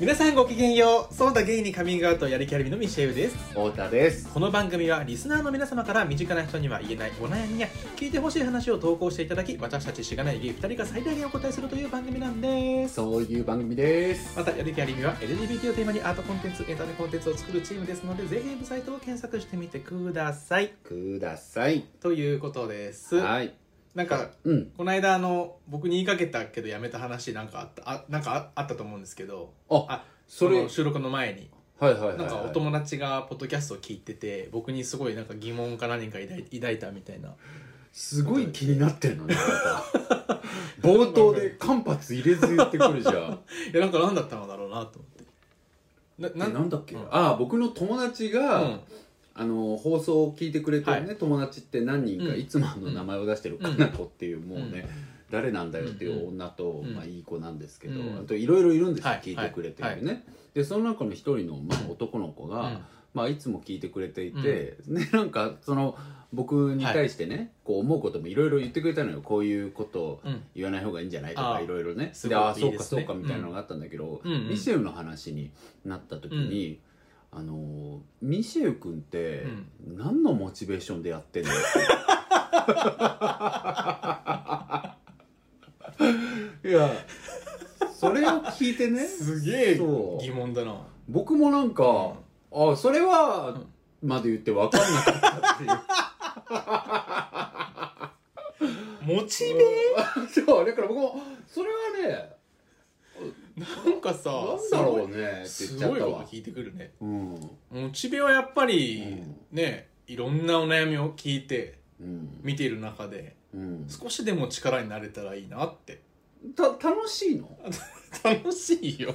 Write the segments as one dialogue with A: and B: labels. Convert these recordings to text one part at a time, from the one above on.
A: 皆さんごきげんようソーダゲイにカミングアウトやりきゃりのミシェウです
B: 太田です
A: この番組はリスナーの皆様から身近な人には言えないお悩みや聞いてほしい話を投稿していただき私たちしがないゲイ2人が最大限お答えするという番組なんです
B: そういう番組です
A: またやる気ありみは LGBT をテーマにアートコンテンツエンタメコンテンツを作るチームですのでぜひウェブサイトを検索してみてください
B: ください
A: ということです
B: はい
A: なんか
B: うん
A: この間あの僕に言いかけたけどやめた話なんかあったあなんかああったと思うんですけど
B: あ
A: あ
B: そ
A: そ
B: れ
A: の収録の前に
B: はいはいはいはい
A: なんかお友達がポッドキャストを聞いてて僕にすごいなんか疑問か何か抱い抱いたみたいな
B: すごい気になってるのね 冒頭で間髪入れず言ってくるじゃん
A: いやなんか何だったのだろうなと思ってな
B: えなんだっけ、
A: うん
B: あ僕の友達
A: う
B: が、
A: ん
B: あの放送を聞いてくれてるね、
A: は
B: 友達って何人か、
A: うん
B: いつもあの名前を出してるかなこっていう、もうね、
A: うん
B: 誰なんだよっていう女と、
A: うん
B: まあ、いい子なんですけど、
A: うん
B: あといろいろいるんですよ、
A: はい
B: 聞いてくれてるね、でその中の一人の、まあ、男の子が、
A: うん
B: まあ、いつも聞いてくれていて、ねなんかその僕に対してね、こう思うこともいろいろ言ってくれたのよこういうこと
A: うん
B: 言わない方がいいんじゃないとか
A: あー
B: いろいろね
A: す
B: で
A: ごい
B: ああ
A: い
B: そ
A: いうで
B: か
A: す
B: そ
A: ね
B: うかみたいなのがあったんだけど、
A: うんうん
B: ミシェルの話になった時に、あのーミシェル君って
A: うん
B: 何のモチベーションでやってんの っていやそれを聞いてね
A: すげえ
B: そう
A: 疑問だな
B: 僕もなんか、あそれは、まで言って分かんなかったっていう
A: モチベ
B: そうだから僕もそれはね
A: なんかさ
B: なんだろうねって言
A: す
B: っちゃ
A: ご
B: っ
A: いすごい
B: た
A: こと
B: わ
A: 聞いてくるね
B: うん、
A: モチベはやっぱり、
B: うん
A: ねいろんなお悩みを聞いて
B: うん
A: 見ている中で
B: うん、
A: 少しでも力になれたらいいなって
B: た楽しいの
A: 楽しいよ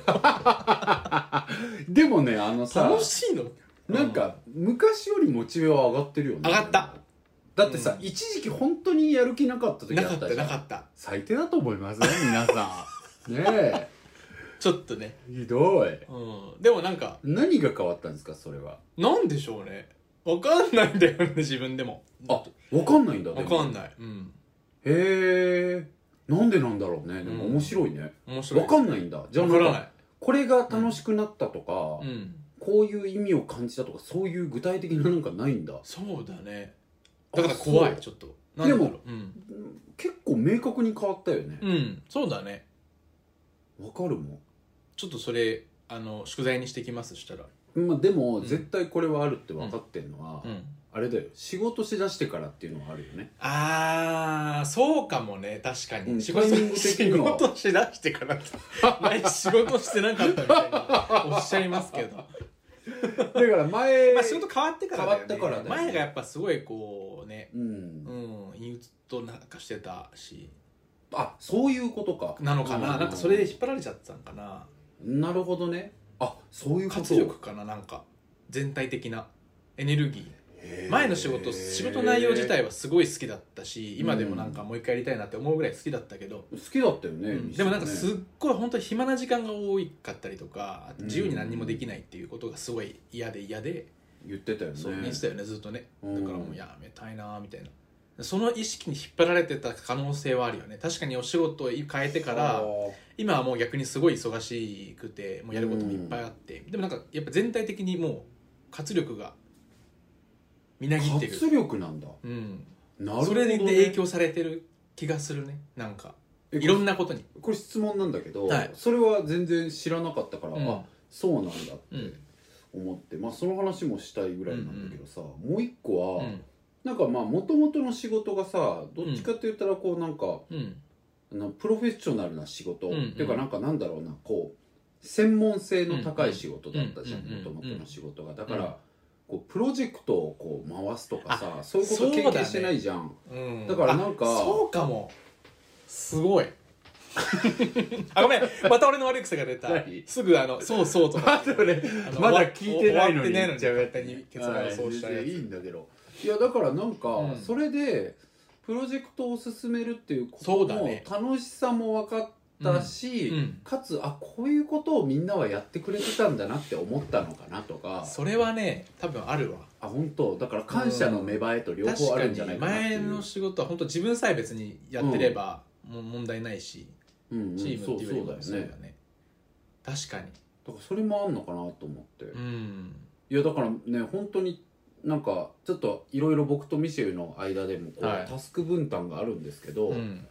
B: でもねあのさ
A: 楽しいの
B: なんか昔よりモチベは上がってるよね
A: 上がった
B: だってさ、
A: う
B: 一時期本当にやる気なかった時
A: な
B: あ
A: か
B: っ
A: ったた
B: じゃ
A: なんかった
B: 最低だと思いますね皆さ んねえ
A: ちょっとね
B: ひどい
A: うんでもなんか
B: 何が変わったんですかそれは
A: なんでしょうねわかんないんだよね 自分でも
B: あわかんないんだ
A: わかん
B: い
A: ないうん
B: へえんでなんだろうねでも
A: うん
B: 面白いね
A: 面白い
B: わかんないんだじゃあ
A: わ
B: な
A: か
B: ん
A: ら
B: か
A: ない
B: これが楽しくなったとか、
A: うん
B: こういう意味を感じたとかそういう具体的ななんかないんだ
A: そうだねだから怖
B: あ
A: い
B: そう
A: ちょっとなんだろ
B: で
A: ううん
B: 結構明確に変わったよね
A: うんそうだね
B: わ、かるもん
A: ちょっとそれあの宿題にしてきますしたら
B: まあ、でも、
A: ん
B: 絶対これはあるって分かってんのは、
A: うん
B: あれだよ仕事しだしてからっていうのはあるよね
A: あーそうかもね確かに、
B: うん
A: 仕事
B: タイミング的
A: 仕
B: には
A: 事しだしてから ない仕事してなかったみたいなおっしゃいますけど
B: だから前
A: まあ仕事変わってからだ
B: 変わっ
A: よね
B: てからだよね
A: 前がやっぱすごいこうね
B: うん
A: うん陰鬱となんかしてたし
B: あそういうことか
A: なのかな、
B: うん
A: なんかそれで引っ張られちゃってたのかな
B: なるほどねあそういうこと
A: 活力かななんか全体的なエネルギー
B: へー
A: 前の仕事仕事内容自体はすごい好きだったし今でもなんかもう一回やりたいなって思うぐらい好きだったけど、
B: 好きだったよね、
A: うんでもなんかすっ
B: ね
A: ごい本当に暇な時間が多かったりとか
B: うん
A: 自由に何にもできないっていうことがすごい嫌で嫌で
B: 言ってたよね
A: そう言ってたよねずっとねだ
B: うん
A: からもうやめたいなみたいなその意識に引っ張られてた可能性はあるよね確かにお仕事を変えてから
B: は
A: 今はもう逆にすごい忙しくてもうやることもいっぱいあってでもなんかやっぱ全体的にもう活力がみなぎ
B: あ
A: ってる
B: 活力なんだ
A: うん
B: なるほ
A: そ
B: ど、
A: れ
B: ね、
A: で影響されてる気がするねなんか
B: え
A: いろんなことに
B: これ質問なんだけど、
A: はい
B: それは全然知らなかったから、
A: うん
B: あそうなんだって
A: うん
B: 思って、まあ、その話もしたいぐらいなんだけどさ、もう一個
A: う
B: は、
A: ん
B: なんかまあもともとの仕事がさどっちかって言ったらこうなんか、
A: うん
B: あのプロフェッショナルな仕事、
A: うんうん
B: っていうかなんかなんだろうなこう専門性の高い仕事だったじゃん
A: うんうん
B: もともとの仕事がだか
A: うん
B: ら、こうプロジェクトをこう回すとかさ
A: あ
B: そういうこと
A: そうだ
B: 経
A: ね
B: 験してないじゃん、
A: うん
B: だからなんか
A: あそうかもす ごいあごめんまた俺の悪い癖が出た
B: 何
A: すぐあの「そうそう」とか
B: ね
A: あの
B: まだ聞いてないのに
A: 終わってないのに勝手に結論をそうしたやつ
B: はい全然いいんだけどいやだからなんか、
A: うん
B: それでプロジェクトを進めるっていうこと
A: そうだ
B: の
A: ね
B: 楽しさも分かったし、
A: うん
B: かつあこういうことをみんなはやってくれてたんだなって思ったのかなとか
A: それはね多分あるわ
B: あ本当だから感謝の芽生えと両
A: 確
B: 方あ
A: か
B: るん
A: に
B: じゃないかなってい
A: 前
B: う
A: の仕事は本当自分さえ別にやってればもう問題ないし
B: うんうん
A: チームっていうより
B: そう
A: も
B: そうだよね
A: ね確かに
B: だからそれもあんのかなと思って、
A: う
B: い
A: ん
B: やだからね本当になんかちょっといろいろ僕とミシェルの間でもこう、
A: はい
B: タスク分担があるんですけど、
A: うん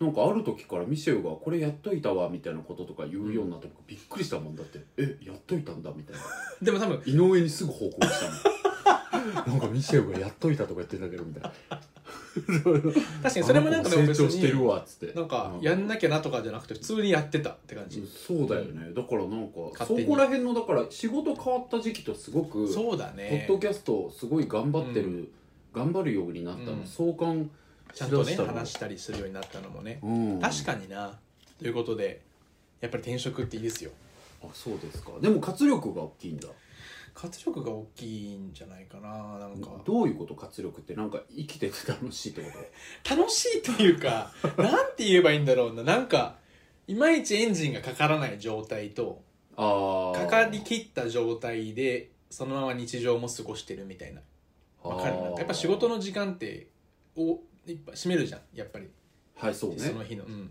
B: なんかある時からミシェルが「これやっといたわ」みたいなこととか言うようになって、僕びっくりしたもんだって「えやっといたんだ」みたいな
A: でも多分
B: 井上にすぐ報告したの なんかミシェルが「やっといた」とか言ってんだけどみたい な
A: 確かにそれもなんかでも
B: 成
A: 別
B: 長してる
A: に
B: わっつって
A: なんか
B: うん
A: やんなきゃなとかじゃなくて普通にやってたって感じ
B: そうだよね、だからなんかそ
A: 勝手に
B: こら辺のだから仕事変わった時期とすごく
A: そうだ
B: ポッ
A: ね
B: ドキャストすごい頑張ってる、頑張るようになったの、
A: うん
B: 相関
A: ちゃんとね
B: しだ
A: 話したりするようになったのもね
B: うん、
A: 確かになということでやっぱり転職っていいですよ
B: あそうですかでも活力が大きいんだ
A: 活力が大きいんじゃないかななんか
B: どういうこと活力ってなんか生きてて楽しいってこ
A: 楽しいという かなんて言えばいいんだろうななんかいまいちエンジンがかからない状態と
B: とあ
A: か
B: あ
A: かりきった状態でそのまま日常も過ごしてるみたいなわかるなんかやっぱ仕事の時間ってをいっぱい占めるじゃんやっぱり
B: はいそうね
A: その日の、うん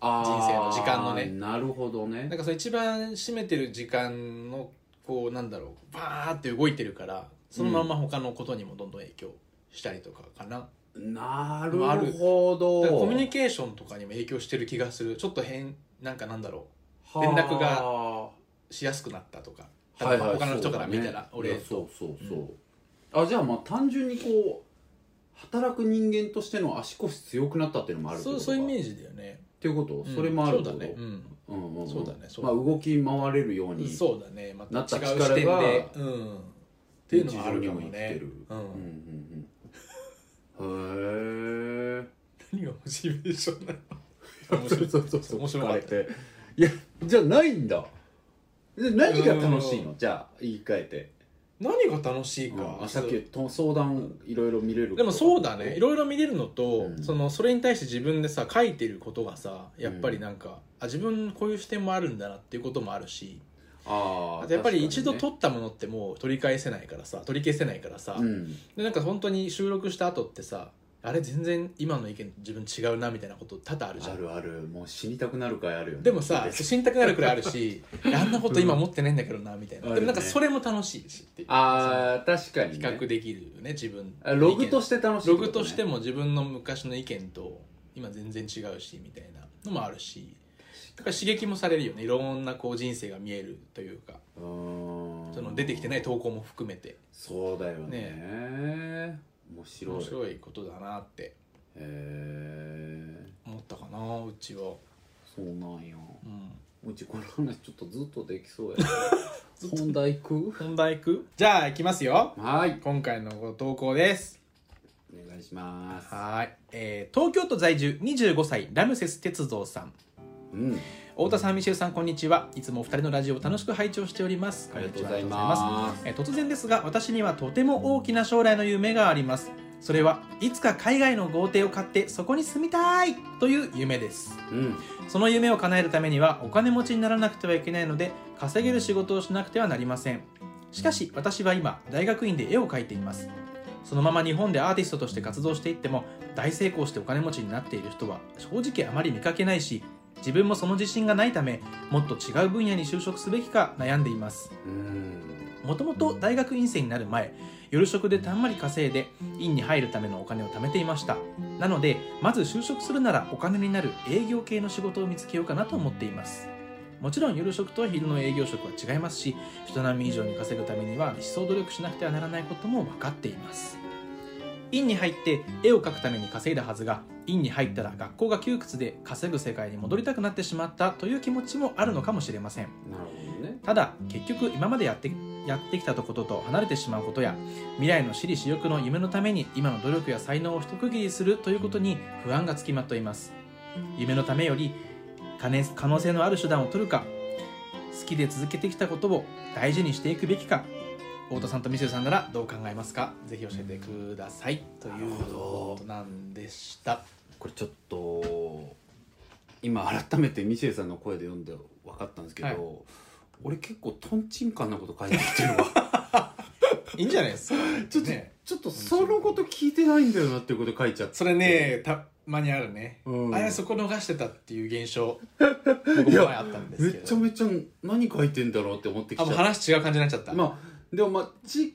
B: あー
A: 人生の時間のね
B: なるほどね
A: なんかその一番占めてる時間のこうなんだろうバーって動いてるからそのまんま他のことにもどんどん影響したりとかかな、
B: なるほど
A: だからコミュニケーションとかにも影響してる気がするちょっと変なんかなんだろ連絡が
B: は
A: うしやすくなったとか
B: あ
A: 例えば
B: はいはい
A: 他の人から
B: そうだね
A: 見たら俺
B: いやそうそうそう、あじゃあまあ単純にこう働く人間としての足腰強くなったっていうのもあるってこ
A: そ
B: と
A: う
B: か
A: そういうイメ
B: っ
A: ージだよね、
B: ていうこと、
A: うん
B: それもあるって
A: そう
B: こと
A: だね、うん
B: うんうんん
A: そうだねそう
B: まあ動き回れるように
A: そうだねま
B: なったた
A: 違
B: 力
A: う
B: が
A: 視点で、うん、っていうのもあるかも
B: 日常にも生きて
A: ね
B: る、
A: う
B: うん
A: ん、
B: うんうんへえ
A: 何がモチベーションなの面
B: そ
A: 白
B: う
A: い
B: そうそうそう
A: 面白かっ
B: 疲
A: た
B: れていやじゃあないんだで何が楽しいのじゃあ言い換えて
A: 何が楽しいか、
B: あさっきと相談いろいろ見れる
A: でもそうだねい
B: ろ
A: ろいろ見れるのと、
B: うん
A: そのそれに対して自分でさ書いてることがさやっぱりなんか、あ自分こういう視点もあるんだなっていうこともあるし
B: あ
A: あ
B: ー
A: とやっぱり一
B: 確か
A: 度
B: にね
A: 取ったものってもう取り返せないからさ取り消せないからさ、
B: うん
A: でなんか本当に収録した後ってさあれ全然今の意見と自分違うなみたいなこと多々あるじゃ
B: あ
A: ん
B: るあるもう死にたくなる回あるよね
A: でもさ死にたくなるくらいあ るしあんなこと今
B: うん
A: 思ってないんだけどなみたいな、
B: あるね
A: でもなんかそれも楽しいしっていう
B: あー確か
A: そ
B: に
A: の比較
B: ね
A: できるよね自分
B: あログと
A: して
B: して楽しい
A: ログとして
B: も
A: も自分の昔の意見と今全然違うしみたいなのもあるしだから刺激もされるよねいろんなこう人生が見えるというかその出てきてない投稿も含めて
B: そうだよね面白い
A: 面
B: へ
A: 白いことだなって
B: え
A: 思ったかなうちは、
B: そうなんや
A: うん、
B: うちこの話ちょっとずっとできそうや な本題行く
A: 本題行くじゃあ行きますよ
B: はい
A: 今回のご投稿です
B: お願いします
A: はい、えー東京都在住25歳ラムセス鉄道さん
B: うん
A: 太田さんミシェルさんこんにちはいつもお二人のラジオを楽しく拝聴しております
B: ありがとうございます
A: えー突然ですが私にはとても大きな将来の夢がありますそれはいつか海外の豪邸を買ってそこに住みたいという夢です
B: うん
A: その夢を叶えるためにはお金持ちにならなくてはいけないので稼げる仕事をしなくてはなりませんしかし私は今大学院で絵を描いていますそのまま日本でアーティストとして活動していっても大成功してお金持ちになっている人は正直あまり見かけないし自分もその自信がないためもっと違う分野に就職すべきか悩んでいます
B: うん
A: もともと大学院生になる前夜食でたんまり稼いで院に入るためのお金を貯めていましたなのでまず就職するならお金になる営業系の仕事を見つけようかなと思っていますもちろん夜食と昼の営業職は違いますし人並み以上に稼ぐためには一層努力しなくてはならないことも分かっています院に入って絵を描くために稼いだはずが院に入ったら学校が窮屈で稼ぐ世界に戻りたくなってしまったという気持ちもあるのかもしれません
B: なるほどね
A: ただ結局今までやってやってきたことと離れてしまうことや未来の私利私欲の夢のために今の努力や才能を一区切りするということに不安がつきまといます夢のためより可能可能性のある手段を取るか好きで続けてきたことを大事にしていくべきか太田さんとミシェルさんならどう考えますかぜひ教えてくださいということなんでした
B: これちょっと今改めてミシェルさんの声で読んで分かったんですけど、
A: はい
B: 俺結構トンチンカンなこと書いてるっていうのは
A: いいんじゃないですか
B: ちょっと
A: ね
B: ちちょっとそのこと聞いてないんだよなっていうこと書いちゃって
A: それねたまにあるね、
B: うん
A: あれそこ逃してたっていう 現象僕も前あったんで
B: め
A: すけ
B: っちゃ
A: ど
B: めちゃ何書いてんだろうって思ってきち
A: あ
B: ゃ
A: も
B: っ
A: う
B: た
A: 話違う感じになっちゃった、
B: まあでもまあ違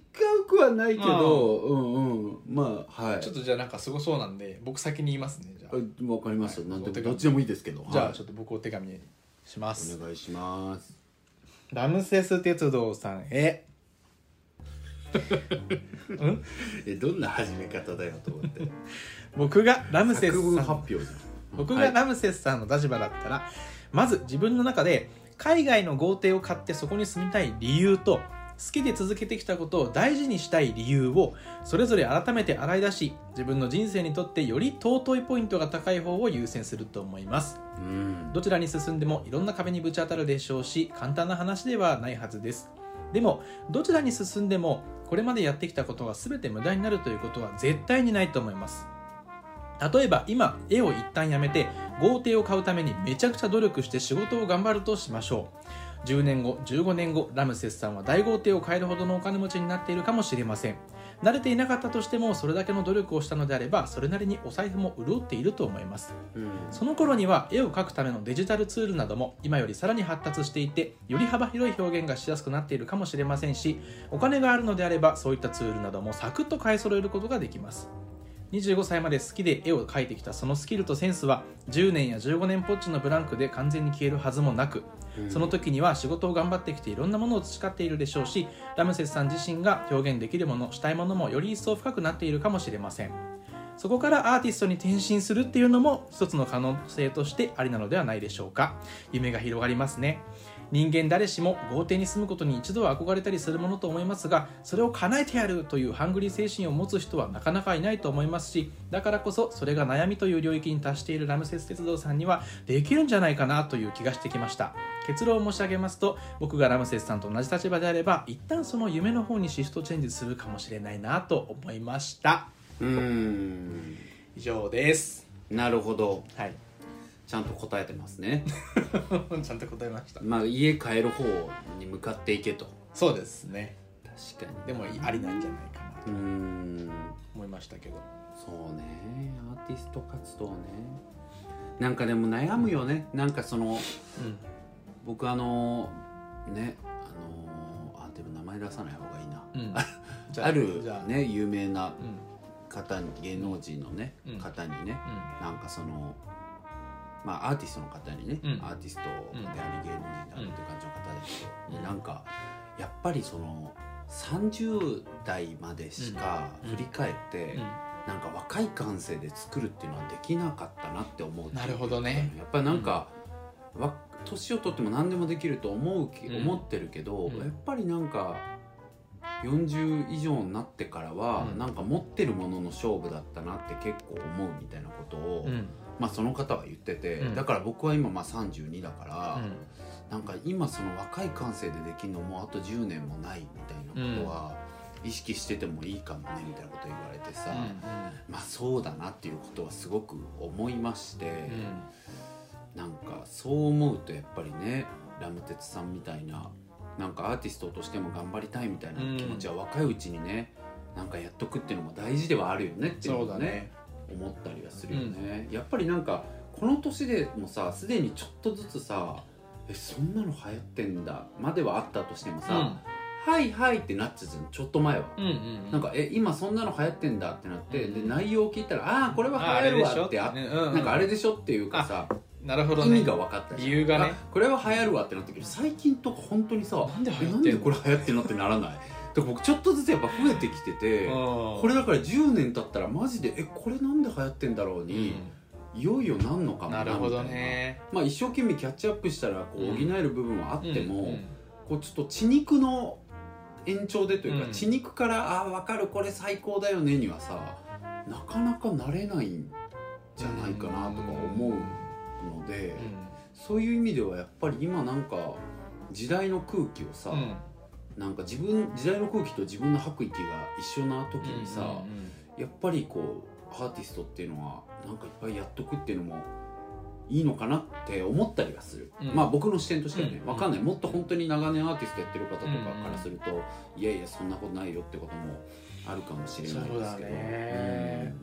B: うくはないけどうんうんまあはい
A: ちょっとじゃあなんかすごそうなんで僕先に言いますねじゃあ、
B: あわかりました、
A: はい
B: なんで
A: お手
B: もど
A: 紙
B: っちでもいいですけど
A: じゃ
B: は
A: あ
B: い
A: ちょっと僕お手紙にします、
B: お願いします
A: ラムセス鉄道さんへ
B: えどんな始め方だよと思って
A: 僕がラムセ
B: 作
A: ス
B: 文
A: さ
B: 発
A: ん
B: 表じゃん
A: 僕
B: は
A: が
B: い
A: ラムセスさんの立場だったら、まず自分の中で海外の豪邸を買ってそこに住みたい理由と好きで続けてきたことを大事にしたい理由をそれぞれ改めて洗い出し自分の人生にとってより尊いポイントが高い方を優先すると思います
B: うん
A: どちらに進んでもいろんな壁にぶち当たるでしょうし簡単な話ではないはずですでもどちらに進んでもこれまでやってきたことが全て無駄になるということは絶対にないと思います例えば今絵を一旦やめて豪邸を買うためにめちゃくちゃ努力して仕事を頑張るとしましょう10年後15年後ラムセスさんは大豪邸を買えるほどのお金持ちになっているかもしれません慣れていなかったとしてもそれだけの努力をしたのであればそれなりにお財布も潤っていると思います
B: うん
A: その頃には絵を描くためのデジタルツールなども今よりさらに発達していてより幅広い表現がしやすくなっているかもしれませんしお金があるのであればそういったツールなどもサクッと買い揃えることができます25歳まで好きで絵を描いてきたそのスキルとセンスは10年や15年ぽっちのブランクで完全に消えるはずもなくその時には仕事を頑張ってきていろんなものを培っているでしょうしラムセスさん自身が表現できるものしたいものもより一層深くなっているかもしれませんそこからアーティストに転身するっていうのも一つの可能性としてありなのではないでしょうか夢が広がりますね人間誰しも豪邸に住むことに一度は憧れたりするものと思いますがそれを叶えてやるというハングリー精神を持つ人はなかなかいないと思いますしだからこそそれが悩みという領域に達しているラムセス鉄道さんにはできるんじゃないかなという気がしてきました結論を申し上げますと僕がラムセスさんと同じ立場であれば一旦その夢の方にシフトチェンジするかもしれないなと思いました
B: うん
A: 以上です
B: なるほど
A: はい
B: ちゃんと答えてますね
A: ちゃんと答えました
B: まあ家帰る方に向かっていけと
A: そうですね
B: 確かに
A: でもありなんじゃないかな
B: う
A: と
B: ん
A: 思いましたけど
B: そうねアーティスト活動ねなんかでも悩むよねなんかその
A: うん
B: 僕あのねあのあでも名前出さない方がいいな、
A: うん じゃ
B: ある
A: じゃあ
B: ね有名な
A: うん
B: 方に芸能人のね、
A: うん
B: 方にね
A: う
B: なんかそのまあアーティストの方にね、
A: うん
B: アーティストであり芸能人であるっていう感じの方ですけど、
A: うん
B: なんかやっぱりその30代までしか
A: うん
B: 振り返って、
A: んうん
B: なんか若い感性で作るっていうのはできなかったなって思うっていう
A: なるほどね
B: やっぱりなんか、わ年を取っても何でもできると思うけ
A: うん
B: 思ってるけど、
A: うん
B: やっぱりなんか40以上になってからは、
A: うん
B: なんか持ってるものの勝負だったなって結構思うみたいなことを、
A: うん
B: まあその方は言ってて、
A: うん
B: だから僕は今まあ32だから、
A: うん
B: なんか今その若い感性でできるのもあと10年もないみたいなことは意識しててもいいかもねみたいなこと言われてさ、まあそうだなっていうことはすごく思いまして、なんかそう思うとやっぱりねラムテツさんみたいななんかアーティストとしても頑張りたいみたいな気持ちは若いうちにね、なんかやっとくっていうのも大事ではあるよねっていう
A: そ
B: の
A: うだ
B: がね
A: ね
B: 思ったりはするよね、やっぱりなんかこの年でもさすでにちょっとずつさ「えそんなの流行ってんだ」まではあったとしてもさ「はいはい」ってなっちゃうじゃんちょっと前は。
A: うんうん
B: なんか「え今そんなの流行ってんだ」ってなって、
A: うん
B: で内容を聞いたら「ああーこれは
A: あ
B: 流
A: れ
B: 行る
A: で
B: わ
A: し」ょ
B: ってあっ
A: ねうんうん
B: なんかあれでしょっていうかさ、
A: なるほど
B: 意
A: ね
B: 味が分かったじゃん
A: 理由がね
B: あこれは流行るわってなったけど最近とか本当にさ
A: なんで
B: えな
A: 流行っ
B: ん
A: て
B: で
A: んの
B: これ流行ってんのってならないだから僕ちょっとずつやっぱ増えてきてて、
A: こ
B: これだから10年経ったらマジでえこれなんで流行ってんだろうに、いよいよなんのかも
A: なるほどね
B: みたいなまあ一生懸命キャッチアップしたらこう補える部分はあっても、
A: うんうん
B: こうちょっと血肉の延長でというか、
A: うん
B: 血肉から「ああ分かるこれ最高だよね」にはさなかなかなれないんじゃないかなとか思うので、そういう意味ではやっぱり今なんか時代の空気をさ、
A: うん
B: なんか自分時代の空気と自分の吐く息が一緒な時にさ、
A: うんうんうん
B: やっぱりこうアーティストっていうのはなんかいっぱいやっとくっていうのもいいのかなって思ったりはする、
A: うん
B: まあ僕の視点としてはね
A: うん
B: わかんないもっと本当に長年アーティストやってる方とか
A: うん
B: からすると、いやいやそんなことないよってこともあるかもしれないですけど
A: そうだね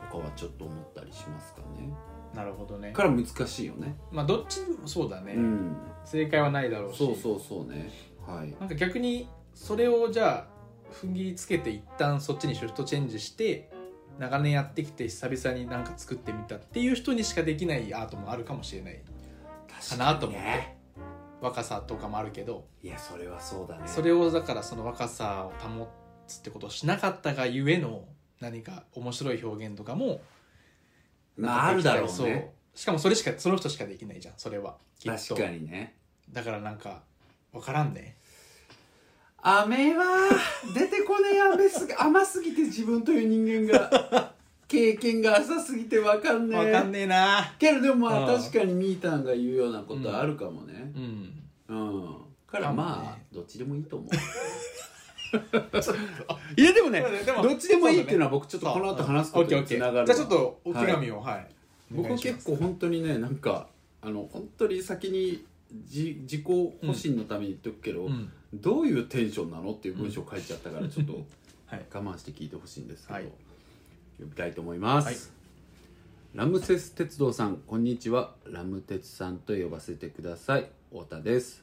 B: うんとかはちょっと思ったりしますかね
A: なるほどね
B: から難しいよね
A: まあどっちもそうだね、
B: うん
A: 正解はないだろうし
B: そうそうそうねはい
A: なんか逆にそれをじゃあ踏ん切りつけて一旦そっちにシフトチェンジして長年やってきて久々になんか作ってみたっていう人にしかできないアートもあるかもしれないかなと思って
B: 確かにね
A: 若さとかもあるけど
B: いやそれはそうだね
A: それをだからその若さを保つってことをしなかったがゆえの何か面白い表現とかも
B: まああるだろう
A: そ
B: ね
A: うしかもそれしかその人しかできないじゃんそれはきっと
B: 確かにね
A: だからなんか分からんね
B: 飴は出てこねえ飴すぎ甘すぎて自分という人間が 経験が浅すぎてわかんねえ
A: 分かんねえな
B: けどでもまあ
A: うん
B: 確かにみーたんが言うようなことはあるかもね
A: うん
B: うん、から
A: か
B: ま
A: も
B: あ
A: ね
B: どっちでもいいと思う
A: あ
B: いやでもね
A: でも
B: どっちでもいいっていうのは僕ちょっとこの後話すことにつながる
A: じゃあちょっとお手紙をはい、
B: 僕結構本当にねなんかあの本当に先にじ自己保身のために言っとくけど、
A: うん
B: どういうテンションなのっていう文章を書いちゃったからちょっと
A: はい
B: 我慢して聞いてほしいんですけど、
A: はい
B: 読みたいと思います、
A: はい
B: ラムセス鉄道さんこんにちはラム鉄さんと呼ばせてください太田です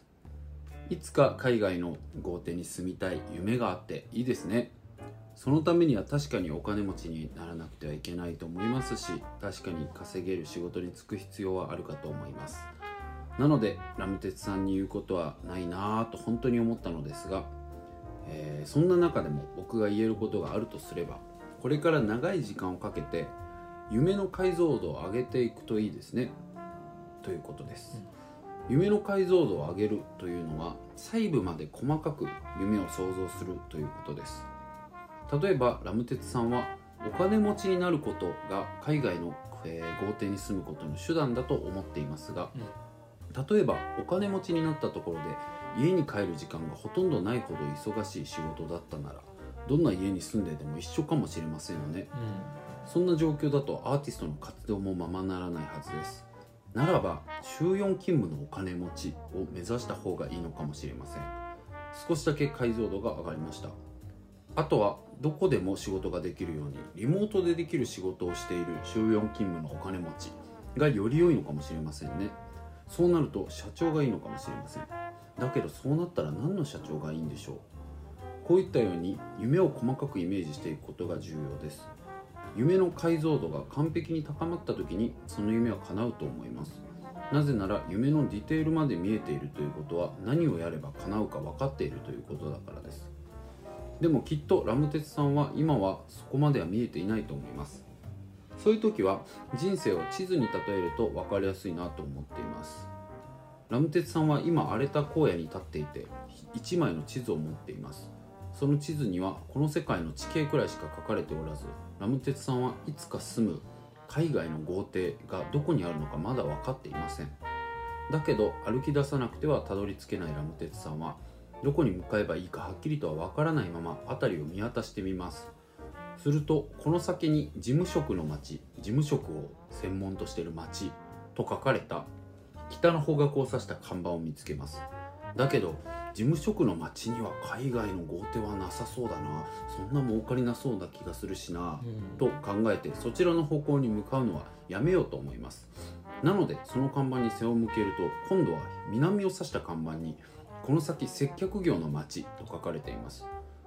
B: いつか海外の豪邸に住みたい夢があっていいですねそのためには確かにお金持ちにならなくてはいけないと思いますし確かに稼げる仕事に就く必要はあるかと思いますなのでラム鉄さんに言うことはないなぁと本当に思ったのですが、えーそんな中でも僕が言えることがあるとすればこれから長い時間をかけて夢の解像度を上げていくといいですねということです、夢の解像度を上げるというのは細部まで細かく夢を想像するということです例えばラム鉄さんはお金持ちになることが海外の、えー豪邸に住むことの手段だと思っていますが、例えばお金持ちになったところで家に帰る時間がほとんどないほど忙しい仕事だったならどんな家に住んでても一緒かもしれませんよねそんな状況だとアーティストの活動もままならないはずですならば週4勤務のお金持ちを目指した方がいいのかもしれません少しだけ解像度が上がりましたあとはどこでも仕事ができるようにリモートでできる仕事をしている週4勤務のお金持ちがより良いのかもしれませんねそうなると社長がいいのかもしれませんだけどそうなったら何の社長がいいんでしょうこういったように夢を細かくイメージしていくことが重要です夢の解像度が完璧に高まった時にその夢は叶うと思いますなぜなら夢のディテールまで見えているということは何をやれば叶うか分かっているということだからですでもきっとラムテツさんは今はそこまでは見えていないと思いますそういう時は人生を地図に例えると分かりやすいなと思っていますラムテツさんは今荒れた荒野に立っていて一枚の地図を持っていますその地図にはこの世界の地形くらいしか書かれておらずラムテツさんはいつか住む海外の豪邸がどこにあるのかまだ分かっていませんだけど歩き出さなくてはたどり着けないラムテツさんはどこに向かえばいいかはっきりとは分からないまま辺りを見渡してみますするとこの先に事務職の町事務職を専門としている町と書かれた北の方角を指した看板を見つけますだけど事務職の町には海外の豪邸はなさそうだなそんな儲かりなそうな気がするしな、と考えてそちらの方向に向かうのはやめようと思いますなのでその看板に背を向けると今度は南を指した看板にこの先接客業の町と書かれています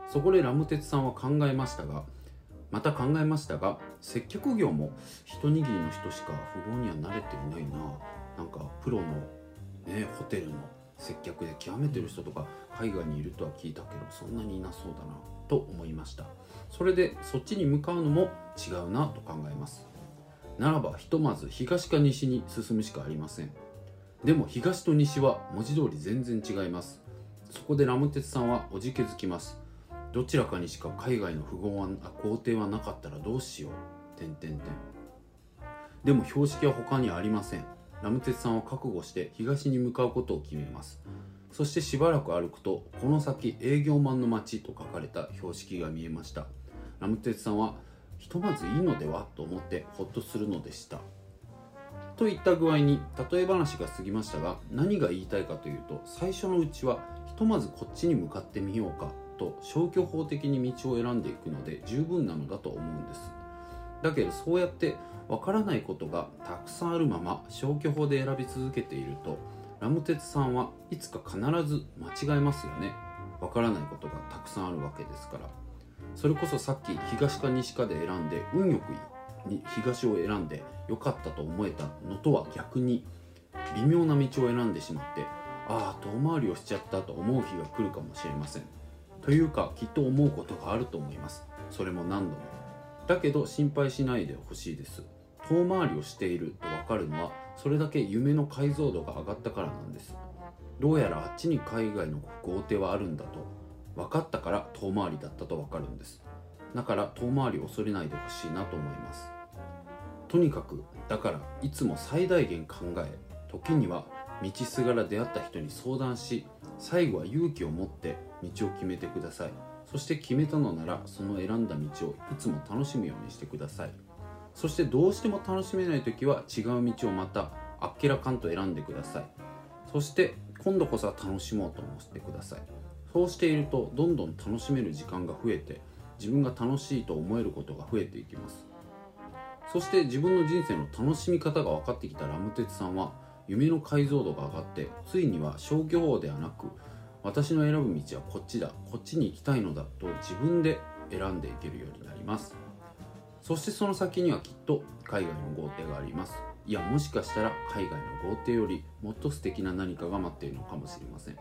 B: そこでラムテツさんは考えましたがまた考えましたが接客業も一握りの人しか富豪には慣れていないななんかプロの、ね、ホテルの接客で極めてる人とか海外にいるとは聞いたけどそんなにいなそうだなと思いましたそれでそっちに向かうのも違うなと考えますならばひとまず東か西に進むしかありませんでも東と西は文字通り全然違いますそこでラムテツさんはおじけづきますどちらかにしか海外の富豪はあ豪邸はなかったらどうしよう点点点でも標識は他にありませんラムテツさんは覚悟して東に向かうことを決めますそしてしばらく歩くとこの先営業マンの街と書かれた標識が見えましたラムテツさんはひとまずいいのではと思ってほっとするのでしたといった具合に例え話が過ぎましたが何が言いたいかというと最初のうちはひとまずこっちに向かってみようかと消去法的に道を選んでいくので十分なのだと思うんですだけどそうやってわからないことがたくさんあるまま消去法で選び続けているとラムテツさんはいつか必ず間違えますよねわからないことがたくさんあるわけですからそれこそさっき東か西かで選んで運よくに東を選んで良かったと思えたのとは逆に微妙な道を選んでしまってああ遠回りをしちゃったと思う日が来るかもしれませんというかきっと思うことがあると思いますそれも何度もだけど心配しないでほしいです遠回りをしていると分かるのはそれだけ夢の解像度が上がったからなんですどうやらあっちに海外の豪邸はあるんだと分かったから遠回りだったと分かるんですだから遠回りを恐れないでほしいなと思いますとにかくだからいつも最大限考え時には道すがら出会った人に相談し最後は勇気を持って道を決めてくださいそして決めたのならその選んだ道をいつも楽しむようにしてくださいそしてどうしても楽しめない時は違う道をまたあっけらかんと選んでくださいそして今度こそは楽しもうと思ってくださいそうしているとどんどん楽しめる時間が増えて自分が楽しいと思えることが増えていきますそして自分の人生の楽しみ方が分かってきたラムテツさんは夢の解像度が上がってついには消去法ではなく私の選ぶ道はこっちだこっちに行きたいのだと自分で選んでいけるようになりますそしてその先にはきっと海外の豪邸がありますいやもしかしたら海外の豪邸よりもっと素敵な何かが待っているのかもしれません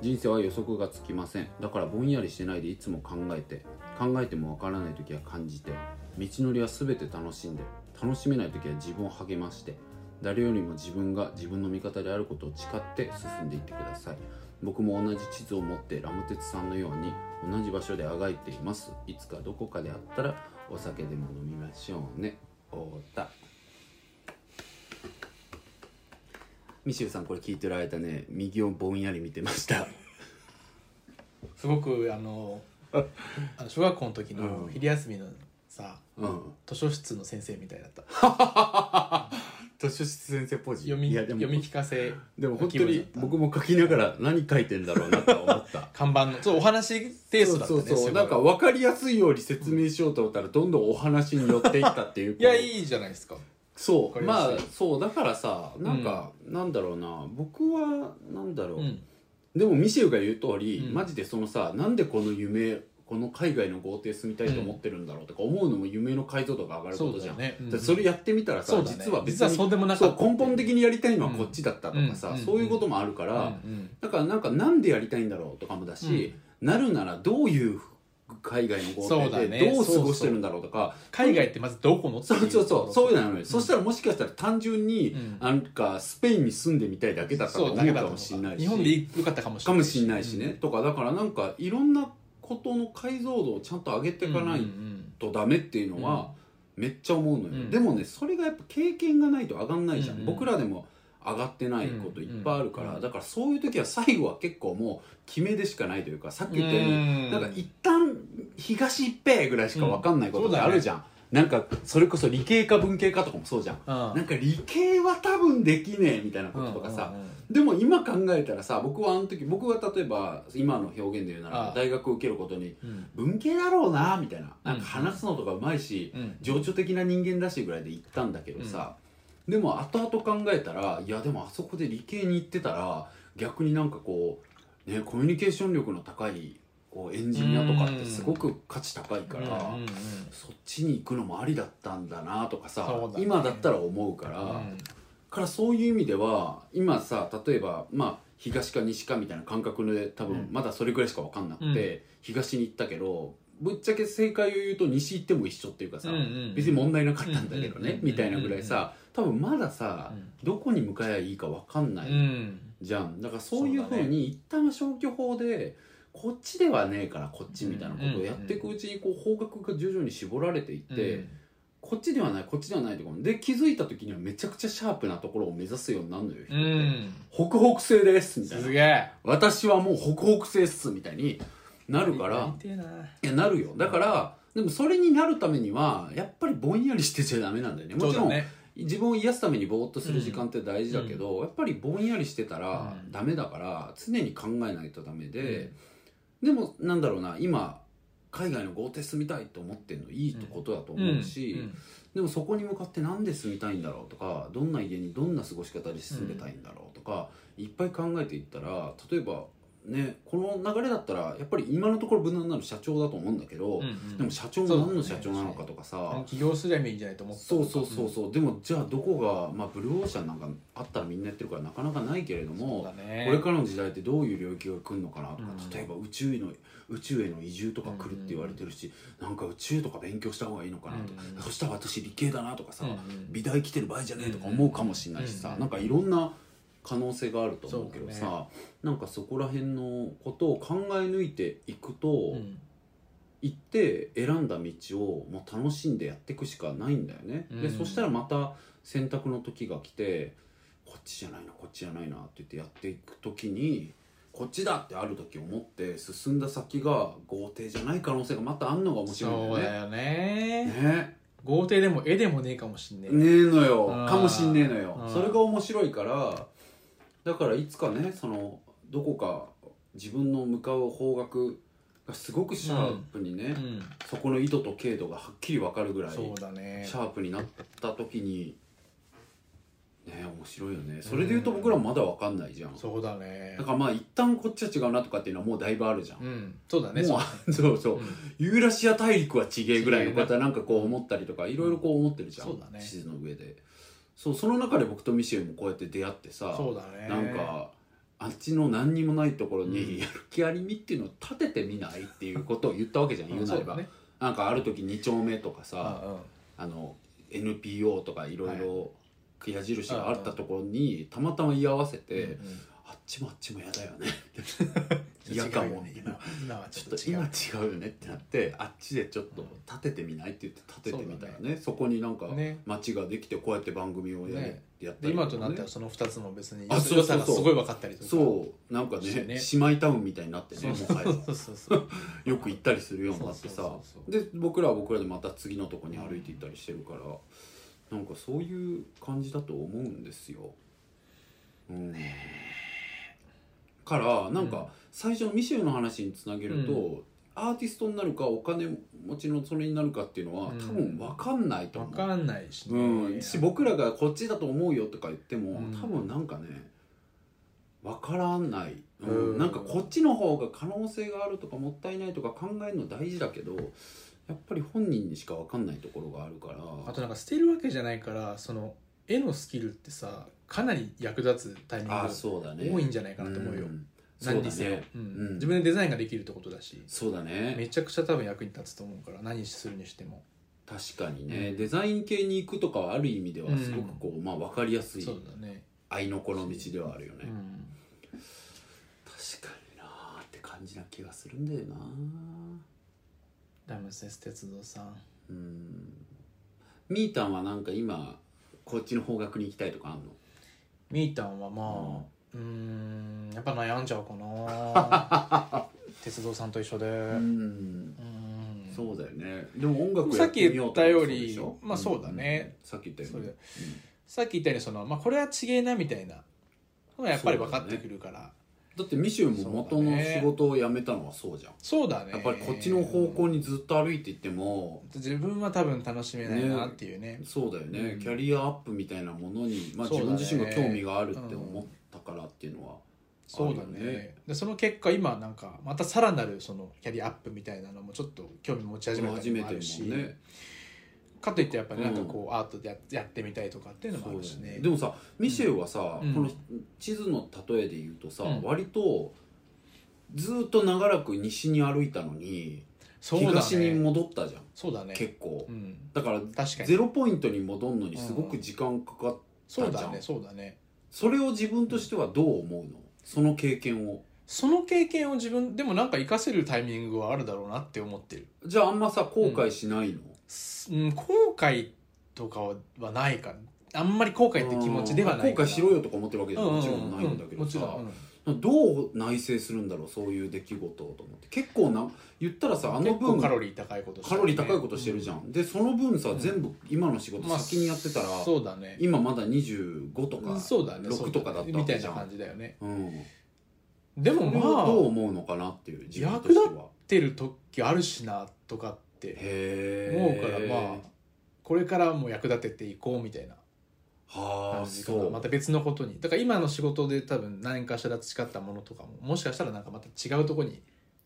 B: 人生は予測がつきませんだからぼんやりしてないでいつも考えて考えてもわからない時は感じて道のりは全て楽しんで楽しめない時は自分を励まして誰よりも自分が自分の味方であることを誓って進んでいってください僕も同じ地図を持ってラムテツさんのように同じ場所であがいていますいつかどこかであったらお酒でも飲みましょうね太田ミシューさんこれ聞いてる間ね右をぼんやり見てま した
A: すごく あのあの小学校の時の昼休みのさ、
B: うん
A: 図書室の先生みたいだった
B: 図書室先生ポジ
A: 読み
B: いやでも
A: 読み聞かせ
B: でも
A: の
B: 本
A: 気
B: 当
A: 分だ
B: に
A: った
B: 僕も書きながら何書いてんだろうなとは思 った
A: 看板のちょっとお話テイストだった
B: そ
A: ね
B: うそう
A: す
B: そう
A: ごい
B: なんか分かりやすいように説明しようと思ったらどんどんお話に寄っていったっていう
A: いや
B: い
A: いいじゃないですか
B: そ
A: わか
B: う
A: りや
B: ます
A: い
B: あそうだからさなんか、なんだろうな僕はなんだろう、
A: うん
B: でもミシェルが言う通り、
A: うん
B: マジでそのさなんでこの夢この海外の豪邸住みたいと思ってるんだろうとか思うのも夢の解像度が上がるこ
A: そ
B: と
A: うだ
B: じゃん、
A: よねうん
B: だってそれやってみたらさ、
A: そうだね
B: 実は別
A: 実は
B: に
A: そうでもなか
B: そ
A: った
B: う根本的にやりたいのはこっちだったとかさ、
A: うんうん
B: そういうこともあるか
A: う
B: ら、
A: ん
B: だからなんかなんでやりたいんだろうとかもだし、なるならどういう海外の
A: そ
B: 豪
A: うだ
B: 邸
A: ね
B: でどう過ごしてるんだろうとか
A: 海外ってまずどこのって
B: そ
A: いうとこ
B: そ
A: ろ
B: うそうそういうのよね、そしたらもしかしたら単純に、
A: うん
B: なんかスペインに住んでみたいだけだったと
A: そう
B: 思
A: だけ
B: う
A: だ
B: か
A: と
B: もしれないし
A: 日本で良かったかもしれ
B: か
A: ない
B: もしれないしね、とかだからなんかいろんなことの解像度をちゃんと上げていかない
A: うんうん
B: とダメっていうのはめっちゃ思うのよ、
A: うん
B: でもねそれがやっぱ経験がないと上がんないじゃん、
A: うんうん
B: 僕らでも上がってないこといっぱいあるから、
A: うんうん
B: だからそういう時は最後は結構もう決めでしかないというかさっき言ったように、
A: うん
B: なんか一旦東一平ぐらいしか分かんないことってあるじゃん、なんかそれこそ理系か文系かとかもそうじゃん、
A: うん
B: なんか理系は多分できねえみたいなこととかさ、
A: うんうんうん
B: でも今考えたらさ僕はあの時僕が例えば今の表現で言うな
A: あ
B: ら
A: あ
B: 大学を受けることに
A: うん
B: 文系だろうなみたいな
A: うん
B: なんか話すのとかうまいし、
A: うん
B: 情緒的な人間だしぐらいで行ったんだけどさ、でも後々考えたらいやでもあそこで理系に行ってたら逆になんかこう、ね、コミュニケーション力の高いこうエンジニアとかってすごく価値高いから。
A: うんうんうん
B: そっちに行くのもありだったんだなとかさ、
A: そうだね
B: 今だったら思うから、
A: うん
B: からそういう意味では今さ例えばまあ東か西かみたいな感覚で多
A: うん
B: 分まだそれぐらいしか分かんなくて、
A: う
B: 東に行ったけどぶっちゃけ正解を言うと西行っても一緒っていうかさ、
A: うんうん
B: 別に問題なかったんだけどね、
A: うんうん
B: みたいなぐらいさ多分まださ、どこに向かえばいいか分かんない
A: うん
B: じゃんだからそういうふ
A: そううだね
B: に一旦は消去法でこっちではねえからこっちみたいなことをやっていくうちにこう方角が徐々に絞られていって。
A: うん
B: こっちではないこっちではないとかもで気づいた時にはめちゃくちゃシャープなところを目指すようになるのよ、
A: う
B: 人って
A: ん
B: 北北西ですみたい
A: す
B: な
A: げえ
B: 私はもう北北西っすみたいになるから、
A: やりてえない
B: やなるよだからでもそれになるためにはやっぱりぼんやりしてちゃダメなんだよねもちろん、
A: そうだね
B: 自分を癒すためにぼーっとする時間って大事だけど、やっぱりぼんやりしてたら
A: うん
B: ダメだから常に考えないとダメで、でもなんだろうな今海外の豪邸住みたいと思ってるのいいとことだと思うし、でもそこに向かってなんで住みたいんだろうとかどんな家にどんな過ごし方で住んでたいんだろうとか、いっぱい考えていったら例えばねこの流れだったらやっぱり今のところ無難なの社長だと思うんだけど、でも社長も何の社長なのかとかさ
A: 起業すればいいんじゃないと思った
B: そうそうそうそう、でもじゃあどこが、まあ、ブルーオーシャンなんかあったらみんなやってるからなかなかないけれど
A: そう
B: も、
A: だね
B: これからの時代ってどういう領域が来るのかなとか、
A: うん
B: 例えば宇宙への宇宙への移住とか来るって言われてるし、なんか宇宙とか勉強した方がいいのかなとか、
A: うん
B: そしたら私理系だなとかさ、
A: うんうん
B: 美大来てる場合じゃねえとか思うかもしれないしさ、なんかいろんな可能性があると思うけど
A: そう
B: さ
A: だ
B: なんかそこら辺のことを考え抜いていくと、
A: うん
B: 行って選んだ道をもう楽しんでやっていくしかないんだよね、
A: うん
B: でそしたらまた選択の時が来てこっちじゃないなこっちじゃないなって言ってやっていく時にこっちだってある時思って進んだ先が豪邸じゃない可能性がまたあんのが面白いん
A: そう
B: だよ
A: だ
B: ね
A: よね
B: ね
A: 豪邸でも絵でもねえかもしんねえ
B: ねえのよ
A: うん
B: かもしんねえのよ
A: うん
B: それが面白いからだからいつかねそのどこか自分の向かう方角がすごくシャープにね、
A: うん
B: そこの緯度と経度がはっきり分かるぐらいシ
A: そう
B: ャ
A: だね
B: ープになった時にね面白いよねそれで言うと僕らまだ分かんないじゃん
A: そうだね
B: だからまあ一旦こっちは違うなとかっていうのはもうだいぶあるじゃんも
A: うんそうだね
B: う
A: そう
B: あ そうそう
A: うん
B: ユーラシア大陸はちげえぐらいの
A: 違え
B: 方なんかこう思ったりとかいろいろこう思ってるじゃん
A: そうだね
B: 地図の上でそうその中で僕とミシェルもこうやって出会ってさ
A: そうだね
B: なんかあっちの何にもないところ
A: うん
B: にやる気ありみっていうのを立ててみないっていうことを言ったわけじゃん言うな
A: そ
B: れ
A: うだ
B: ば
A: ね
B: なんかある時2丁目とかさ、
A: うんうん
B: あの NPO とかいろいろ矢印があったところにたまたま居合わせて、
A: うんうん
B: あっちもあっちも嫌だよ ね
A: 違う
B: 嫌
A: よね
B: かもね
A: 今今はち
B: ち
A: ょ
B: ょ
A: っ
B: っ
A: と
B: と
A: 違
B: 今
A: う
B: 違うよねってなってあっちでちょっと立ててみないって言って立ててみたらねそこになんか
A: ね
B: 街ができてこうやって番組をや,、
A: ね
B: やった
A: で
B: りとかね
A: 今となってはその二つの別に
B: あそうそうそう
A: 良さがすごい分かったりとか
B: そうなんか
A: して
B: ね
A: ね
B: 姉妹タウンみたいになってね
A: そうそう
B: もはや
A: そうそうそう
B: よく行ったりするようになって
A: そう
B: さ
A: そうそう
B: で僕らは僕らでまた次のとこに歩いていったりしてるからなんかそういう感じだと思うんですよ。うん、からなん
A: うん
B: か最初のミシェルの話につなげると、
A: う
B: アーティストになるかお金持ちのそれになるかっていうのは
A: うん
B: 多分分かんないと思
A: 分
B: う。
A: かんないしね
B: うん、し僕らがこっちだと思うよとか言っても、
A: うん
B: 多分なんかね分からない、うん
A: うん
B: なんかこっちの方が可能性があるとかもったいないとか考えるの大事だけどやっぱり本人にしか分かんないところがあるから
A: あとなんか捨てるわけじゃないからその絵のスキルってさかなり役立つタイミング
B: あー
A: が
B: そうだね
A: 多いんじゃないかなと思うよ、
B: んそう
A: 何
B: だ
A: にせよ
B: ね
A: うん
B: うん
A: 自分でデザインができるってことだし
B: そうだね
A: めちゃくちゃ多分役に立つと思うから何するにしても
B: 確かにね、
A: うん
B: デザイン系に行くとかはある意味ではすごくこう、まあ分かりやすい
A: そうだね、
B: 愛のこの道ではあるよね、
A: うん、
B: 確かになーって感じな気がするんだよなー
A: ラムセス鉄道さん
B: うんみーたんはなんか今こっちの方角に行きたいとかあんの
A: みーたんはまあうーんやっぱ悩んじゃうかな 鉄道さんと一緒で
B: う
A: うん
B: ん
A: ん
B: そうだよねでも音楽
A: さっき言ったより
B: やってみうと思ってたでしょ
A: まあそうだね
B: うんさっき言った
A: そ
B: よ
A: れ
B: り
A: さっき言ったようにその、まあ、これは違えなみたいなのがやっぱり分かってくるから
B: だってミシューも元の仕事を辞めたのはそうじゃん
A: そうだね
B: やっぱりこっちの方向にずっと歩いていっても
A: 自分は多分楽しめないなっていうね
B: そうだよね、
A: うん
B: キャリアアップみたいなものに、まあ、
A: そう
B: 自
A: だ
B: 分自身
A: ね
B: が興味があるって思ったからっていうのは
A: そうだ
B: あ
A: ね
B: るよね
A: でその結果今なんかまたさらなるそのキャリアアップみたいなのもちょっと興味持ち始めた
B: 初
A: り
B: め
A: もあ
B: て
A: るし、
B: もね
A: かといってやっぱり
B: う
A: なんんかこうアートでややってみたいとかっていうのもあるし
B: そうだよ
A: ね
B: でもさミシェルはさ、
A: うん
B: この地図の例えで言うとさ、
A: うん
B: 割とずーっと長らく西に歩いたのに、
A: そうだね
B: 東に戻ったじゃん、
A: そうだね
B: 結構
A: うん
B: だから
A: 確かに
B: ゼロポイントに戻るのにすごく時間かかっ、
A: そう
B: じゃ
A: だ
B: ん
A: ねそうだね
B: それを自分としてはどう思うのその経験を
A: その経験を自分でもなんか活かせるタイミングはあるだろうなって思ってる、
B: じゃああんまさ後悔しないの、
A: すうん、後悔とかはないかあんまり後悔って気持ちではない
B: 後
A: から
B: 悔しろよとか思ってるわけじゃ
A: うんうんうん
B: もちろんないんだけど
A: も
B: さ、
A: ちろん、うん
B: どう内省するんだろうそういう出来事をと思って結構な言ったらさあの
A: 結構
B: 分
A: カロリー高いことして
B: カ
A: る
B: ロ
A: ね
B: リー高いことしてるじゃん、でその分さ、
A: うん
B: 全部今の仕
A: う
B: 事
A: んまあ
B: 先にやってたら、
A: そうだね
B: 今まだ25とか
A: そうだね
B: 6とかだったわけじゃん
A: みたいな感じだよね
B: うん
A: で
B: で
A: もまあ
B: どう
A: 合っ
B: 思うのかなっていう自分としては
A: てる時あるしなとかって思う
B: へ
A: から
B: え
A: まあこれからも役立てていこうみたいな
B: は
A: 感
B: あ
A: じか
B: そ
A: な
B: う
A: また別のことにだから今の仕事で多分何かしら培ったものとかももしかしたらなんかまた違うとこに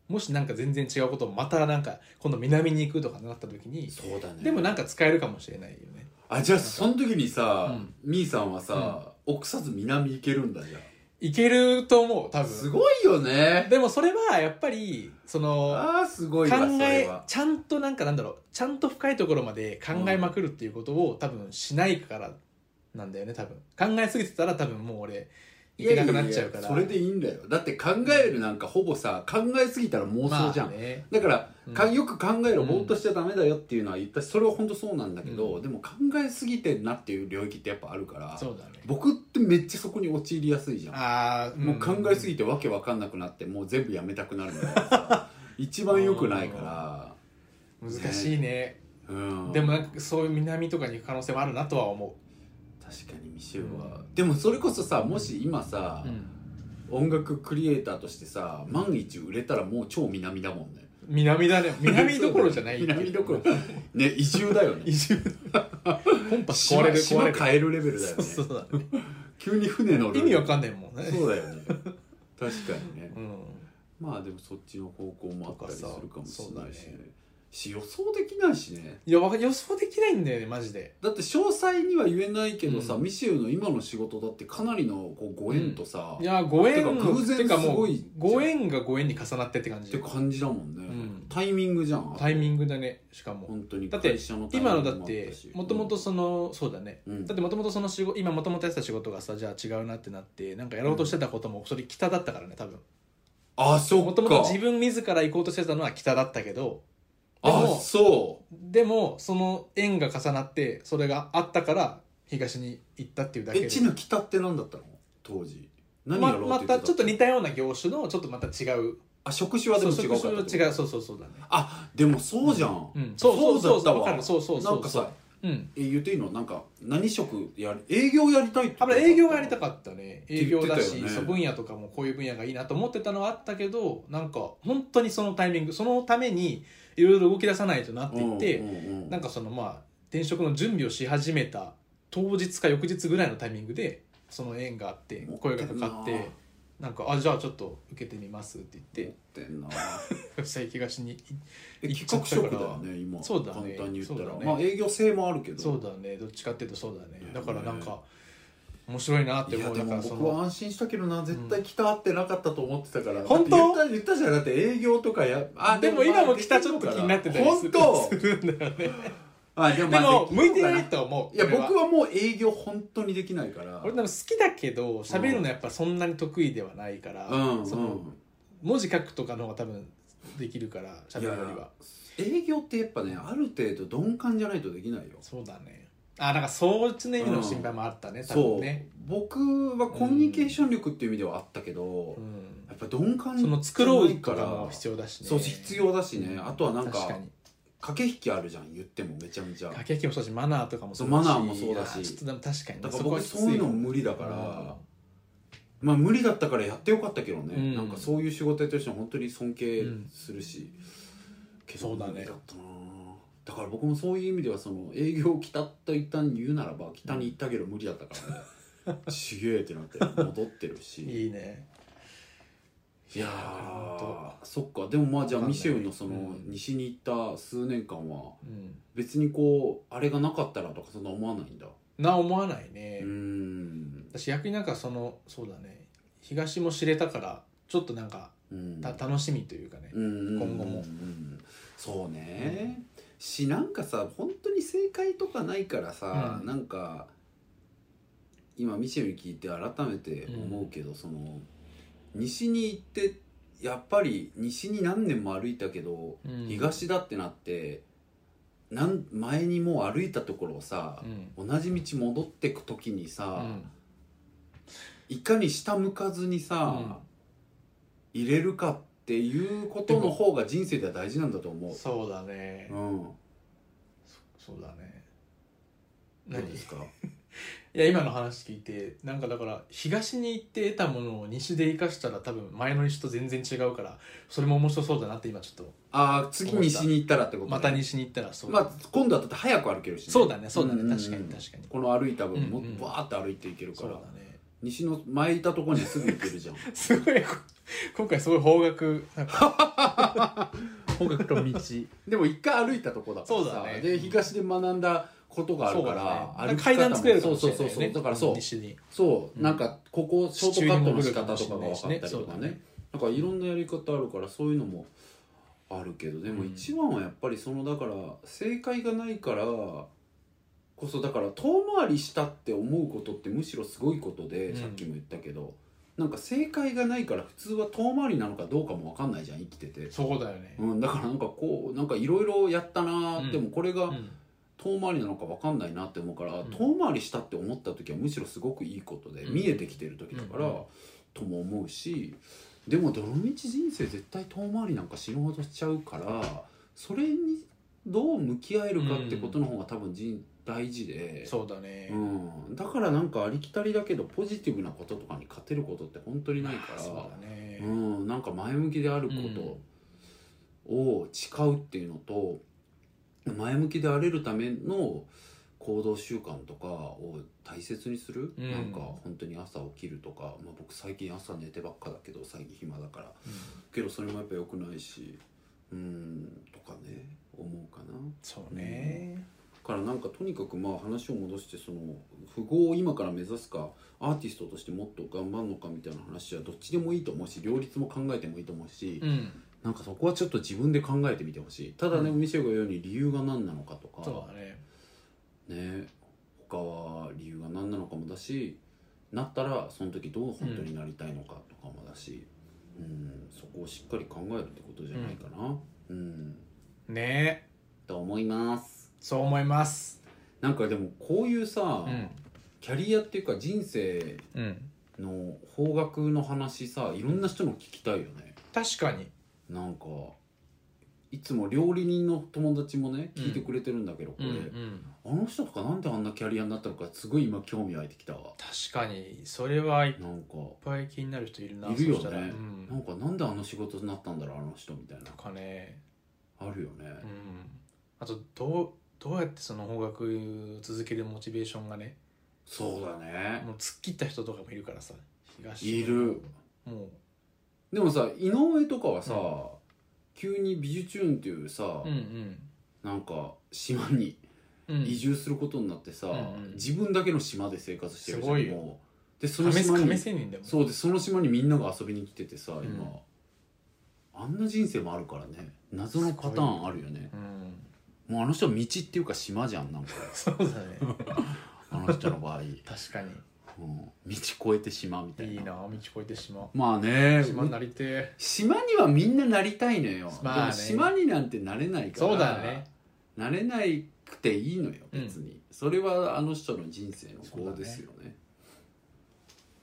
A: もしなんか全然違うことをまたなんか今度南に行くとかなった時に
B: そうだね
A: でもなんか使えるかもしれないよね
B: あじゃあその時にさ、
A: うん
B: みーさんはさ、臆さず南行けるんだじゃ
A: いけると思う多
B: あす
A: 分
B: ごいよね
A: でもそれはやっぱりその
B: ああすごい
A: 考
B: わそれ
A: え
B: は
A: ちゃんとなんかなんだろうちゃんと深いところまで考えまくるっていうことを多分しないからなんだよね多分考えすぎてたら多分もう俺いけなくなっちゃうから
B: いやいやいやそれでいいんだよだって考えるなんかほぼさ考えすぎたら妄想じゃん、
A: まあね
B: だから、
A: うん
B: かよく考えろぼーっとしちゃダメだよっていうのは言ったしそれは本当そうなんだけど、でも考えすぎてんなっていう領域ってやっぱあるから
A: そうだね
B: 僕ってめっちゃそこに陥りやすいじゃん
A: ああ
B: もう考えすぎ
A: て
B: てわけわかんなくなってもう全部やめたくなるみたいな さ一番良くないから
A: 難しいね
B: うん
A: でもなんかそういう南とかに行く可能性もあるなとは思
B: 確かに未就は、でもそれこそさもし今さ
A: う、、
B: 音楽クリエイターとしてさ万一売れたらもう超南だもんね
A: 南だね南どころじゃない
B: 南どころね移住だよ ね
A: 移住コンパス壊
B: 島
A: れる壊
B: 島
A: れる
B: 変えるレベルだよね
A: そうそうだね
B: 急に船乗る
A: 意味わかんないもんね
B: そうだよね 確かにね
A: うん
B: まあでもそっちの方向もあったりするかもしれないし、
A: とかさそうだ
B: ね、し予想できないしね
A: いやわか予想できないんだよねマジで
B: だって詳細には言えないけどさ、
A: うん
B: ミシューの今の仕事だってかなりのこうご縁とさ、
A: いやご縁
B: てか偶然
A: てか
B: す
A: も
B: ご
A: う
B: いじゃん
A: ご縁がご縁に重なってって感
B: っ
A: じ
B: て感じだもんね、
A: うん
B: タイミングじゃん
A: タイミングだねしかも
B: 本当に
A: だって
B: 会社のタイミン
A: 今
B: グ
A: の
B: もあ
A: だって
B: たし
A: もともとそのそうだね
B: うん
A: だってもともとその仕事今もともとやってた仕事がさじゃあ違うなってなってなんかやろうとしてたこともそれ北だったからね多分
B: あそっか
A: もともと自分自ら行こうとしてたのは北だったけどで
B: あ
A: も
B: そ
A: でもその縁が重なってそれがあったから東に行ったっていう
B: う
A: だけ
B: え
A: で
B: ちの北って何だったの当時何や
A: ま
B: ろう
A: ま
B: って言って
A: たちょっと似たような業種のちょっとまた違う
B: あ職種はでも違うか
A: そう
B: っ
A: 職
B: た
A: 種は違うそうそうそうだね
B: あでもそうじゃん、
A: うんそうそうそう
B: だった
A: わか
B: わ
A: るそうそうそう
B: なんかさ
A: うん
B: え言っていいのなんか何職やる営業やりたいって言ってた
A: あまあ営業がやりたかったね
B: 言
A: 営
B: ってたよ
A: 業
B: ね
A: だし、そう分野とかもこういう分野がいいなと思ってたのはあったけどなんか本当にそのタイミングそのためにいろいろ動き出さないとなっていって、
B: うんうんうん
A: なんかそのまあ転職の準備をし始めた当日か翌日ぐらいのタイミングでその縁があっ
B: 持って
A: て
B: んな
A: 声がかかってなんか「あじゃあちょっと受けてみます」って言
B: 持
A: っ
B: ってんな
A: て最東に
B: え
A: 行っ
B: 企
A: ちゃ
B: 画
A: ったから
B: 職だよね今
A: そうだね
B: 簡単に言ったら、
A: そうだね
B: まあ営業性もあるけど
A: そうだねどっちかっていうとそうだね
B: ね
A: だからなんか面白いなって
B: いや
A: 思う
B: で
A: だか
B: も
A: らそ
B: 僕は
A: の
B: 安心したけどな絶対北合ってなかったと思ってたから
A: 本当
B: だって言った言ったじゃんだって営業とかやあ
A: でも
B: まあ
A: 今も北ちょっと気になってたりする
B: 本
A: するんだよね
B: 当あでも,、
A: でも向いて
B: な
A: ないいとは思う
B: いや
A: 俺は
B: 僕はもう営業本当にできないから
A: 俺でも好きだけど喋るのやっぱそんなに得意ではないから、
B: うん
A: そうの
B: ん
A: 文字書くとかの方が多分できるから喋るよ
B: い
A: り
B: や
A: は
B: 営業ってやっぱねある程度鈍感じゃないとできないよ
A: そうだねあなんかそういう意味の心配もあったね、多
B: そ
A: 分
B: う、
A: ね
B: 僕はコミュニケーション力っていう意味ではあったけど、
A: う、
B: やっぱ鈍感
A: ん、その作ろうと
B: か
A: からも必要だしね
B: そう必要だしね、あとはなんか
A: 確かに
B: 駆け引きあるじゃん言ってもめちゃめちゃ
A: 駆け引きもそうだしマナーとかもそう
B: マナーもそうだし
A: あーちょっとでも確かにね
B: だから
A: そこは
B: 僕
A: きつ
B: そういうの無理だから、まあ無理だったからやってよかったけどね、
A: うん
B: なんかそういう仕事やってる人は本当に尊敬するし、けど
A: そうだね
B: 無理だったなだから僕もそういう意味ではその営業を北と一旦言うならば北に行ったけど無理だったからね、 ちげえってなって戻ってる
A: う
B: し
A: んいいね
B: いや
A: ほ
B: ーそっかでもまあじゃあ
A: わかん
B: ミ
A: ない
B: シェルのその
A: うん
B: 西に行った数年間は
A: うん
B: 別にこうあれがなかったらとかそんな思わないんだ
A: な思わないうね、
B: ーん
A: 私逆になんかそのそうだね東も知れたからちょっとなんか
B: うん
A: た楽しみというかね、
B: 今
A: 今後も
B: そうねしなんかさ本当に正解とかないからさ、
A: うん
B: なんか今ミシェルに聞いて改めて思うけど、その西に行ってやっぱり西に何年も歩いたけど、
A: うん
B: 東だってなってなん前にもう歩いたところをさ
A: う、ん
B: 同じ道戻ってく時に
A: う
B: さ、
A: ん
B: いかに下向かずにさ、
A: う
B: 入れるかっていうことの方が人生では大事なんだと思う。
A: そうだね
B: うん、
A: そそうだね
B: どう
A: 何
B: ですか。
A: いや今の話聞いてなんかだから東に行って得たものを西で生かしたら多分前の西と全然違うからそれも面白そうだなって今ちょっ
B: ああ、次西に行ったらってことと、
A: また。西に行ったらそう
B: ま
A: だ、
B: あ、今度はだって早く歩けるし、
A: そうだねそうだね
B: んんん
A: 確かに確かに
B: この歩いた分、も
A: うんうん
B: バーって歩いていけるか
A: そう
B: ら、
A: だね
B: 西の前いたところにすぐ行けるじゃん。
A: すごいこ 今回すごい方角なんか方角と道
B: でも一回歩いたとこだから
A: そう
B: さ、
A: だね
B: で東で学んだことがあるから、
A: そうだね
B: 歩き方も
A: 階段作れるかもしれない、
B: そう
A: ね、
B: そうそうそうだからそう、
A: 西に
B: そう、
A: うん
B: なんかここショートカットの仕方と
A: 地中
B: か
A: に
B: が
A: 戻るかも
B: 分
A: し
B: か
A: れない
B: ったりとか
A: し
B: ね
A: ねそうだね
B: なんかいろんなやり方あるからそういうのもあるけどでも
A: うん
B: 一番はやっぱりそのだから正解がないからこそだから遠回りしたって思うことってむしろすごいことで、
A: うん
B: さっきも言ったけどなんか正解がないから普通は遠回りなのかどうかも分かんないじゃん生きてて、
A: そうだよね、
B: うん、だからなんかこうなんかいろいろやったなー、
A: うん
B: でもこれが、
A: うん
B: 遠回りなのか分かんないなって思うから、
A: うん
B: 遠回りしたって思った時はむしろすごくいいことで、
A: うん
B: 見えてきてる時だから、
A: うん
B: とも思うしでもどの道人生絶対遠回りなんか死ぬほどしちゃうからそれにどう向き合えるかってことの方が多分人、大事で。
A: そうだね、
B: うん、だからなんかありきたりだけどポジティブなこととかに勝てることって本当にないか
A: そう
B: ら、
A: だね、
B: うん、なんか前向きであることを誓うっていうのと、前向きであれるための行動習慣とかを大切にする、
A: うん
B: なんか本当に朝起きるとか、まあ、僕最近朝寝てばっかだけど最近暇だから
A: うん
B: けどそれもやっぱ良くないしうんとかね思うかなだ
A: そうね、
B: からなんかとにかくまあ話を戻してその富豪を今から目指すかアーティストとしてもっと頑張るのかみたいな話はどっちでもいいと思うし両立も考えてもいいと思うし、
A: うん、
B: なんかそこはちょっと自分で考えてみてほしいただね、
A: う
B: ミシェルが言うように理由が何なのかとか
A: そうだね
B: ね他は理由が何なのかもだしなったらその時どう本当になりたいのかとかもだし、うんそこをしっかり考えるってことじゃないかなうん、
A: ね
B: と思います
A: そう思います
B: なんかでもこういうさ、
A: うん
B: キャリアっていうか人生
A: うん
B: の方角の話さいろんな人の聞きたいよね
A: 確かに
B: なんかいつも料理人の友達もね聞いてくれてるんだけど、これ、
A: ん、
B: あの人とかなんであんなキャリアになったのかすごい今興味湧いてきたわ
A: 確かにそれはいっ
B: なんか
A: ぱい気になる人いるない
B: るよね
A: そしたらう、
B: なんんかなんであの仕事になったんだろうあの人みたいな
A: とかね
B: あるよね
A: うんあとどうどうやってその方角を続けるモチベーションがね
B: そうだね
A: もう突っ切った人とかもいるからさ東
B: いる
A: もう
B: でもさ井上とかはさ、
A: う
B: 急にビジュチューンっていうさ、
A: うん
B: なんか島に
A: うんうん
B: 移住することになってさ、
A: うんうん
B: 自分だけの島で生活してるじゃん
A: すごいよ
B: もうでその
A: 亀
B: 島に
A: 亀仙人だもん
B: そうでその島にみんなが遊びに来ててさ今、
A: うん
B: あんな人生もあるからね謎のパターンあるよね
A: うん、
B: もうあの人は道っていうか島じゃんなん か
A: そうだね
B: あの人の場合、うん、
A: 確かに
B: 道越えて島みたいない
A: いな道越えて島
B: まあね
A: 島になりてえ
B: 島にはみんななりたいのよ、
A: まあね
B: でも島になんてなれないから
A: そうだね
B: なれなくていいのよ別に、それはあの人の人生の
A: そう
B: 業
A: だね
B: ですよね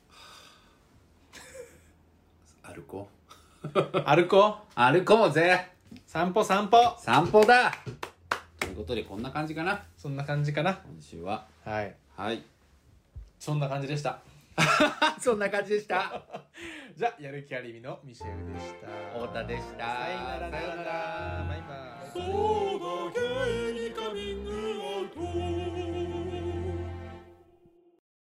B: はあ歩こう
A: 歩こ
B: 歩こうぜ
A: う散歩散歩
B: 散歩だということでこんな感じかな
A: そんな感じかな
B: 今週は
A: はい
B: はい
A: そんな感じでした
B: あ そんな感じでした
A: じゃあやる気ありみのミシェルでした
B: 太田でした
A: さよなら
B: さよなら
A: バイバイ
C: そうだ